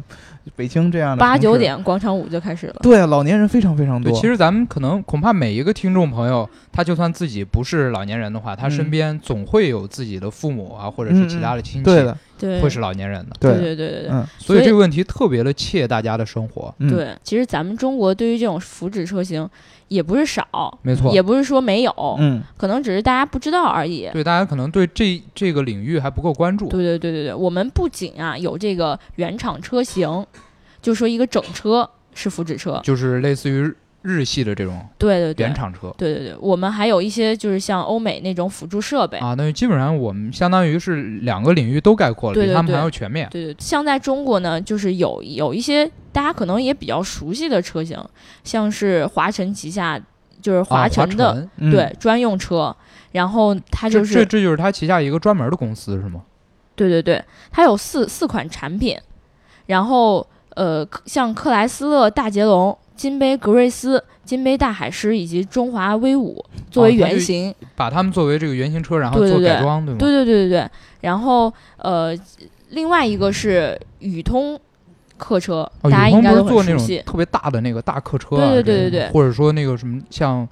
[SPEAKER 3] 北京这样的
[SPEAKER 2] 八
[SPEAKER 3] 城
[SPEAKER 2] 九
[SPEAKER 3] 市，
[SPEAKER 2] 点广场舞就开始了。
[SPEAKER 3] 对老年人非常非常
[SPEAKER 4] 对，
[SPEAKER 3] 多。
[SPEAKER 4] 其实咱们可能恐怕每一个听众朋友，他就算自己不是老年人的话，他
[SPEAKER 3] 嗯
[SPEAKER 4] 身边总会有自己的父母啊，或者是其他的亲戚，
[SPEAKER 3] 对的，
[SPEAKER 2] 对，
[SPEAKER 4] 会是老年人的。
[SPEAKER 2] 对对对对对
[SPEAKER 3] 嗯
[SPEAKER 4] 所
[SPEAKER 2] 所
[SPEAKER 4] 以
[SPEAKER 2] 以
[SPEAKER 4] 这个问题特别的切大家的生活，
[SPEAKER 3] 嗯，
[SPEAKER 2] 对。其实咱们中国对于这种福祉车型也不是少，
[SPEAKER 4] 没错
[SPEAKER 2] 也不是说没有，
[SPEAKER 3] 嗯
[SPEAKER 2] 可能只是大家不知道而已。
[SPEAKER 4] 对大家可能对这这个领域还不够关注。
[SPEAKER 2] 对对对对对，我们不仅啊有这个原厂车型，就说一个整车是福祉车，
[SPEAKER 4] 就是类似于日系的这种
[SPEAKER 2] 对对对，
[SPEAKER 4] 原厂车
[SPEAKER 2] 对对对，我们还有一些就是像欧美那种辅助设备，
[SPEAKER 4] 啊，那就基本上我们相当于是两个领域都概括了，
[SPEAKER 2] 对
[SPEAKER 4] 比
[SPEAKER 2] 对
[SPEAKER 4] 他们还
[SPEAKER 2] 对
[SPEAKER 4] 要全面。
[SPEAKER 2] 对对，像在中国呢，就是有有一些大家可能也比较熟悉的车型，像是华晨旗下就是
[SPEAKER 4] 啊，华
[SPEAKER 2] 晨的、
[SPEAKER 4] 晨
[SPEAKER 3] 嗯
[SPEAKER 2] 对专用车，然后它就
[SPEAKER 4] 这
[SPEAKER 2] 是
[SPEAKER 4] 这就是他旗下一个专门的公司是吗？
[SPEAKER 2] 对对对，它有四四款产品，然后呃克像克莱斯勒大捷龙、金杯格瑞斯、金杯大海狮以及中华 V 五作
[SPEAKER 4] 哦
[SPEAKER 2] 为
[SPEAKER 4] 它
[SPEAKER 2] 原
[SPEAKER 4] 是
[SPEAKER 2] 型。
[SPEAKER 4] 把他们作为这个原型车，然后
[SPEAKER 2] 对对
[SPEAKER 4] 做改
[SPEAKER 2] 对
[SPEAKER 4] 装，对吗？
[SPEAKER 2] 对对对对对。然后呃，另外一个是宇通客车，
[SPEAKER 4] 哦，
[SPEAKER 2] 大家
[SPEAKER 4] 宇
[SPEAKER 2] 应
[SPEAKER 4] 通
[SPEAKER 2] 该
[SPEAKER 4] 不
[SPEAKER 2] 都
[SPEAKER 4] 是做
[SPEAKER 2] 很
[SPEAKER 4] 那
[SPEAKER 2] 熟
[SPEAKER 4] 种
[SPEAKER 2] 悉。
[SPEAKER 4] 特别大的那个大客车、啊，
[SPEAKER 2] 对对
[SPEAKER 4] 这
[SPEAKER 2] 对
[SPEAKER 4] 种
[SPEAKER 2] 对对
[SPEAKER 4] 或者说那个什么像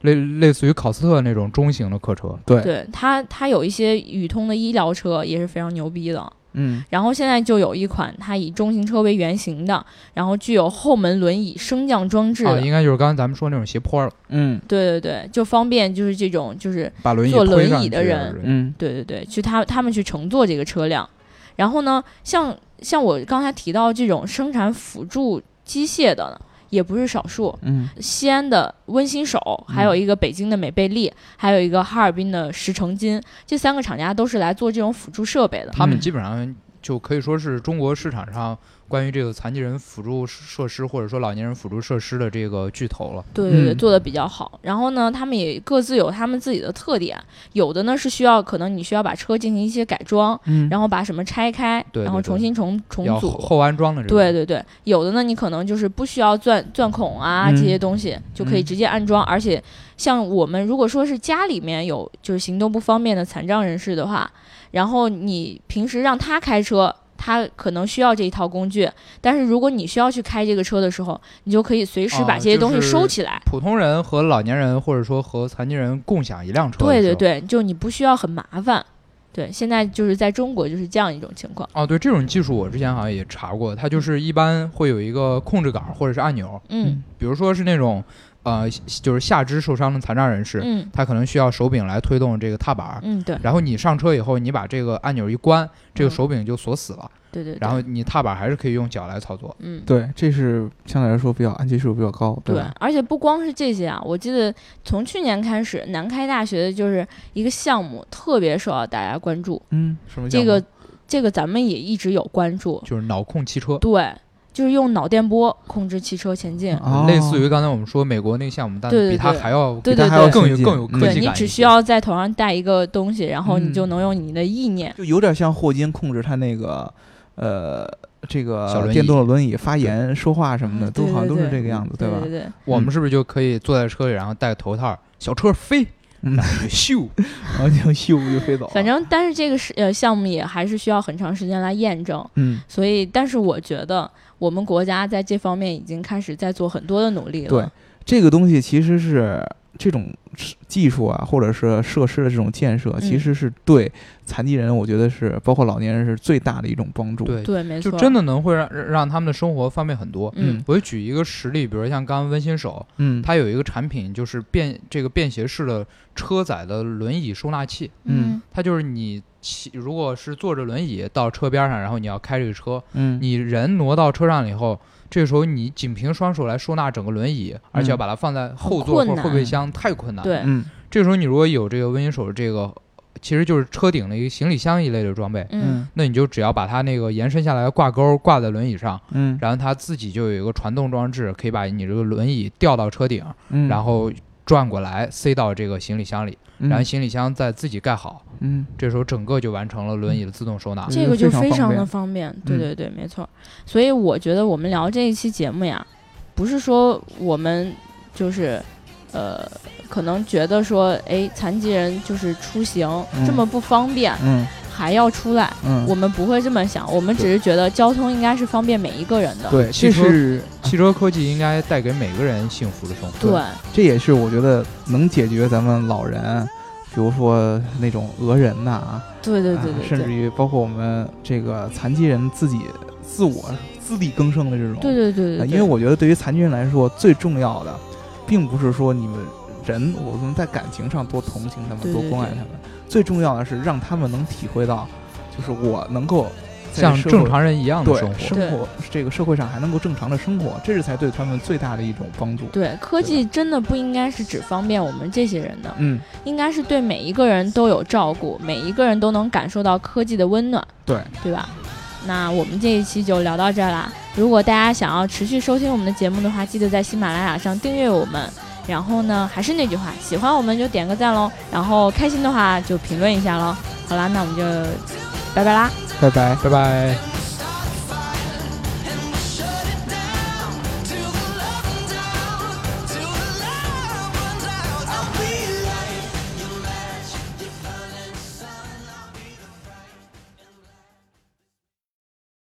[SPEAKER 4] 类类似于考斯特那种中型的客车，
[SPEAKER 3] 对，
[SPEAKER 2] 对它，它有一些宇通的医疗车也是非常牛逼的。
[SPEAKER 3] 嗯
[SPEAKER 2] 然后现在就有一款它以中型车为原型的，然后具有后门轮椅升降装置的。
[SPEAKER 4] 啊，应该就是刚才咱们说那种斜坡了，
[SPEAKER 3] 嗯
[SPEAKER 2] 对对对，就方便就是这种就是
[SPEAKER 4] 把轮椅
[SPEAKER 2] 坐轮
[SPEAKER 4] 推上
[SPEAKER 2] 椅
[SPEAKER 4] 去啊
[SPEAKER 2] 的人
[SPEAKER 3] 嗯
[SPEAKER 2] 对对对，去他他们去乘坐这个车辆。然后呢，像像我刚才提到这种生产辅助机械的呢，也不是少数。
[SPEAKER 3] 嗯
[SPEAKER 2] 西安的温馨手，还
[SPEAKER 4] 嗯
[SPEAKER 2] 有一个北京的美贝利，还有一个哈尔滨的石成金，这三个厂家都是来做这种辅助设备的。
[SPEAKER 4] 他们
[SPEAKER 3] 嗯
[SPEAKER 4] 基本上就可以说是中国市场上关于这个残疾人辅助设施或者说老年人辅助设施的这个巨头了。
[SPEAKER 2] 对对对，
[SPEAKER 3] 嗯
[SPEAKER 2] 做的比较好。然后呢，他们也各自有他们自己的特点，有的呢是需要可能你需要把车进行一些改装，
[SPEAKER 3] 嗯，
[SPEAKER 2] 然后把什么拆开，
[SPEAKER 4] 对对
[SPEAKER 2] 然后
[SPEAKER 4] 对
[SPEAKER 2] 重新重重
[SPEAKER 4] 要
[SPEAKER 2] 组，
[SPEAKER 4] 后后安装的这种，
[SPEAKER 2] 对对对，有的呢，你可能就是不需要钻钻孔啊
[SPEAKER 3] 嗯
[SPEAKER 2] 这些东西，就可以
[SPEAKER 3] 嗯
[SPEAKER 2] 直接安装。而且，像我们如果说是家里面有就是行动不方便的残障人士的话，然后你平时让他开车，他可能需要这一套工具，但是如果你需要去开这个车的时候，你就可以随时
[SPEAKER 4] 啊
[SPEAKER 2] 把这些
[SPEAKER 4] 就
[SPEAKER 2] 东西收
[SPEAKER 4] 是
[SPEAKER 2] 起来。
[SPEAKER 4] 普通人和老年人或者说和残疾人共享一辆车，
[SPEAKER 2] 对对。对，就你不需要很麻烦。对，现在就是在中国就是这样一种情况。
[SPEAKER 4] 哦，对这种技术，我之前好像也查过，它就是一般会有一个控制杆或者是按钮，
[SPEAKER 2] 嗯
[SPEAKER 4] 比如说是那种呃，就是下肢受伤的残障人士，
[SPEAKER 2] 嗯
[SPEAKER 4] 他可能需要手柄来推动这个踏板儿。
[SPEAKER 2] 嗯，对
[SPEAKER 4] 然后你上车以后，你把这个按钮一关，这
[SPEAKER 2] 嗯
[SPEAKER 4] 个手柄就锁死了，
[SPEAKER 2] 对对。对
[SPEAKER 4] 然后你踏板还是可以用脚来操作。
[SPEAKER 2] 嗯。
[SPEAKER 3] 对，这是相对来说比较安全系数比较高，
[SPEAKER 2] 对
[SPEAKER 3] 吧？，
[SPEAKER 2] 而且不光是这些啊，我记得从去年开始，南开大学的就是一个项目特别受到大家关注，
[SPEAKER 3] 嗯
[SPEAKER 4] 什么
[SPEAKER 2] 这
[SPEAKER 4] 项
[SPEAKER 2] 个
[SPEAKER 4] 目
[SPEAKER 2] 这个咱们也一直有关注，
[SPEAKER 4] 就是脑控汽车，
[SPEAKER 2] 对，就是用脑电波控制汽车前进，
[SPEAKER 3] 哦
[SPEAKER 4] 类似于刚才我们说美国那个项目，但
[SPEAKER 2] 对对
[SPEAKER 4] 比它
[SPEAKER 2] 对
[SPEAKER 4] 还要
[SPEAKER 2] 对
[SPEAKER 3] 比它
[SPEAKER 2] 对
[SPEAKER 3] 还要
[SPEAKER 2] 对。
[SPEAKER 4] 更
[SPEAKER 3] 先
[SPEAKER 4] 有
[SPEAKER 3] 进
[SPEAKER 4] 更有
[SPEAKER 3] 嗯
[SPEAKER 4] 科
[SPEAKER 2] 对
[SPEAKER 4] 技
[SPEAKER 2] 你
[SPEAKER 4] 感一
[SPEAKER 2] 只
[SPEAKER 4] 些。
[SPEAKER 2] 需要在头上戴一个东西，然后你
[SPEAKER 3] 嗯
[SPEAKER 2] 就能用你的意念。
[SPEAKER 3] 就有点像霍金控制他那个呃这
[SPEAKER 4] 小
[SPEAKER 3] 个
[SPEAKER 4] 轮椅
[SPEAKER 3] 电动的轮椅发言、说话什么的，
[SPEAKER 2] 嗯
[SPEAKER 3] 都
[SPEAKER 2] 对
[SPEAKER 3] 好像
[SPEAKER 2] 对
[SPEAKER 3] 都是
[SPEAKER 2] 对
[SPEAKER 3] 这个样子，
[SPEAKER 2] 对
[SPEAKER 3] 吧？
[SPEAKER 2] 对对，
[SPEAKER 4] 我们是不是就可以坐在车里，然后戴个 头套，小车飞，
[SPEAKER 3] 嗯
[SPEAKER 4] 然后就咻，
[SPEAKER 3] 然后就 咻就飞走了。
[SPEAKER 2] 反正但是这个是呃项目也还是需要很长时间来验证，
[SPEAKER 3] 嗯，
[SPEAKER 2] 所以但是我觉得我们国家在这方面已经开始在做很多的努力了。
[SPEAKER 3] 对，这个东西其实是这种技术啊，或者是设施的这种建设，
[SPEAKER 2] 嗯
[SPEAKER 3] 其实是对残疾人，我觉得是包括老年人是最大的一种帮助。，
[SPEAKER 4] 对，
[SPEAKER 2] 对，没
[SPEAKER 4] 就
[SPEAKER 2] 错，
[SPEAKER 4] 真的能会让让他们的生活方便很多。
[SPEAKER 2] 嗯
[SPEAKER 3] 嗯，
[SPEAKER 4] 我就举一个实例，比如像刚刚温馨手，
[SPEAKER 3] 嗯，
[SPEAKER 4] 它有一个产品就是便这个便携式的车载的轮椅收纳器，
[SPEAKER 3] 嗯
[SPEAKER 4] 它就是你骑如果是坐着轮椅到车边上，然后你要开这个车，
[SPEAKER 3] 嗯，
[SPEAKER 4] 你人挪到车上以后，这个时候你仅凭双手来收纳整个轮椅，而且要把它放在后座
[SPEAKER 2] 嗯很困
[SPEAKER 4] 或
[SPEAKER 2] 难
[SPEAKER 4] 者后备箱，太困难。，
[SPEAKER 2] 对，
[SPEAKER 3] 嗯
[SPEAKER 4] 这个时候你如果有这个温馨手这个，其实就是车顶的一个行李箱一类的装备。
[SPEAKER 2] 嗯，
[SPEAKER 4] 那你就只要把它那个延伸下来的挂钩挂在轮椅上，
[SPEAKER 3] 嗯
[SPEAKER 4] 然后它自己就有一个传动装置，可以把你这个轮椅吊到车顶，
[SPEAKER 3] 嗯，
[SPEAKER 4] 然后转过来塞到这个行李箱里，然后
[SPEAKER 3] 嗯
[SPEAKER 4] 行李箱再自己盖好，
[SPEAKER 3] 嗯
[SPEAKER 4] 这时候整个就完成了轮椅的自动收纳。
[SPEAKER 2] 这个
[SPEAKER 3] 我觉
[SPEAKER 2] 就
[SPEAKER 3] 得嗯非常
[SPEAKER 2] 非常
[SPEAKER 3] 方便嗯
[SPEAKER 2] 的方便，对对对，没错。所以我觉得我们聊这一期节目呀，不是说我们就是呃，可能觉得说，哎，残疾人就是出行这
[SPEAKER 3] 嗯
[SPEAKER 2] 么不方便，
[SPEAKER 3] 嗯
[SPEAKER 2] 还要出来，
[SPEAKER 3] 嗯，
[SPEAKER 2] 我们不会这么想，我们只是觉得交通应该是方便每一个人的，
[SPEAKER 3] 对，这
[SPEAKER 4] 嗯汽车
[SPEAKER 3] 是
[SPEAKER 4] 汽车科技应该带给每个人幸福的生活。
[SPEAKER 2] 对
[SPEAKER 3] 这也是我觉得能解决咱们老人比如说那种讹人呐、啊，
[SPEAKER 2] 对对对对
[SPEAKER 3] 甚至
[SPEAKER 2] 对，
[SPEAKER 3] 于包括我们这个残疾人自己自我自力更生的这种，
[SPEAKER 2] 对对对
[SPEAKER 3] 呃
[SPEAKER 2] 对，
[SPEAKER 3] 因为我觉得对于残疾人来说，最重要的，并不是说你们人我们在感情上多同情他
[SPEAKER 2] 对
[SPEAKER 3] 们，
[SPEAKER 2] 对
[SPEAKER 3] 多
[SPEAKER 2] 对
[SPEAKER 3] 关爱他们，最重要的是让他们能体会到，就是我能够在
[SPEAKER 4] 像
[SPEAKER 3] 社会
[SPEAKER 4] 正常人一样的
[SPEAKER 3] 对
[SPEAKER 4] 生活。
[SPEAKER 3] 生活这个社会上还能够正常的生活，这是才对他们最大的一种帮助。
[SPEAKER 2] 对科技真的不应该是只方便我们这些人的，
[SPEAKER 3] 嗯，
[SPEAKER 2] 应该是对每一个人都有照顾，每一个人都能感受到科技的温暖，
[SPEAKER 3] 对
[SPEAKER 2] 对吧？那我们这一期就聊到这儿啦。如果大家想要持续收听我们的节目的话，记得在喜马拉雅上订阅我们。然后呢，还是那句话，喜欢我们就点个赞喽，然后开心的话就评论一下喽。好啦，那我们就拜拜啦。
[SPEAKER 3] 拜拜。
[SPEAKER 4] 拜拜。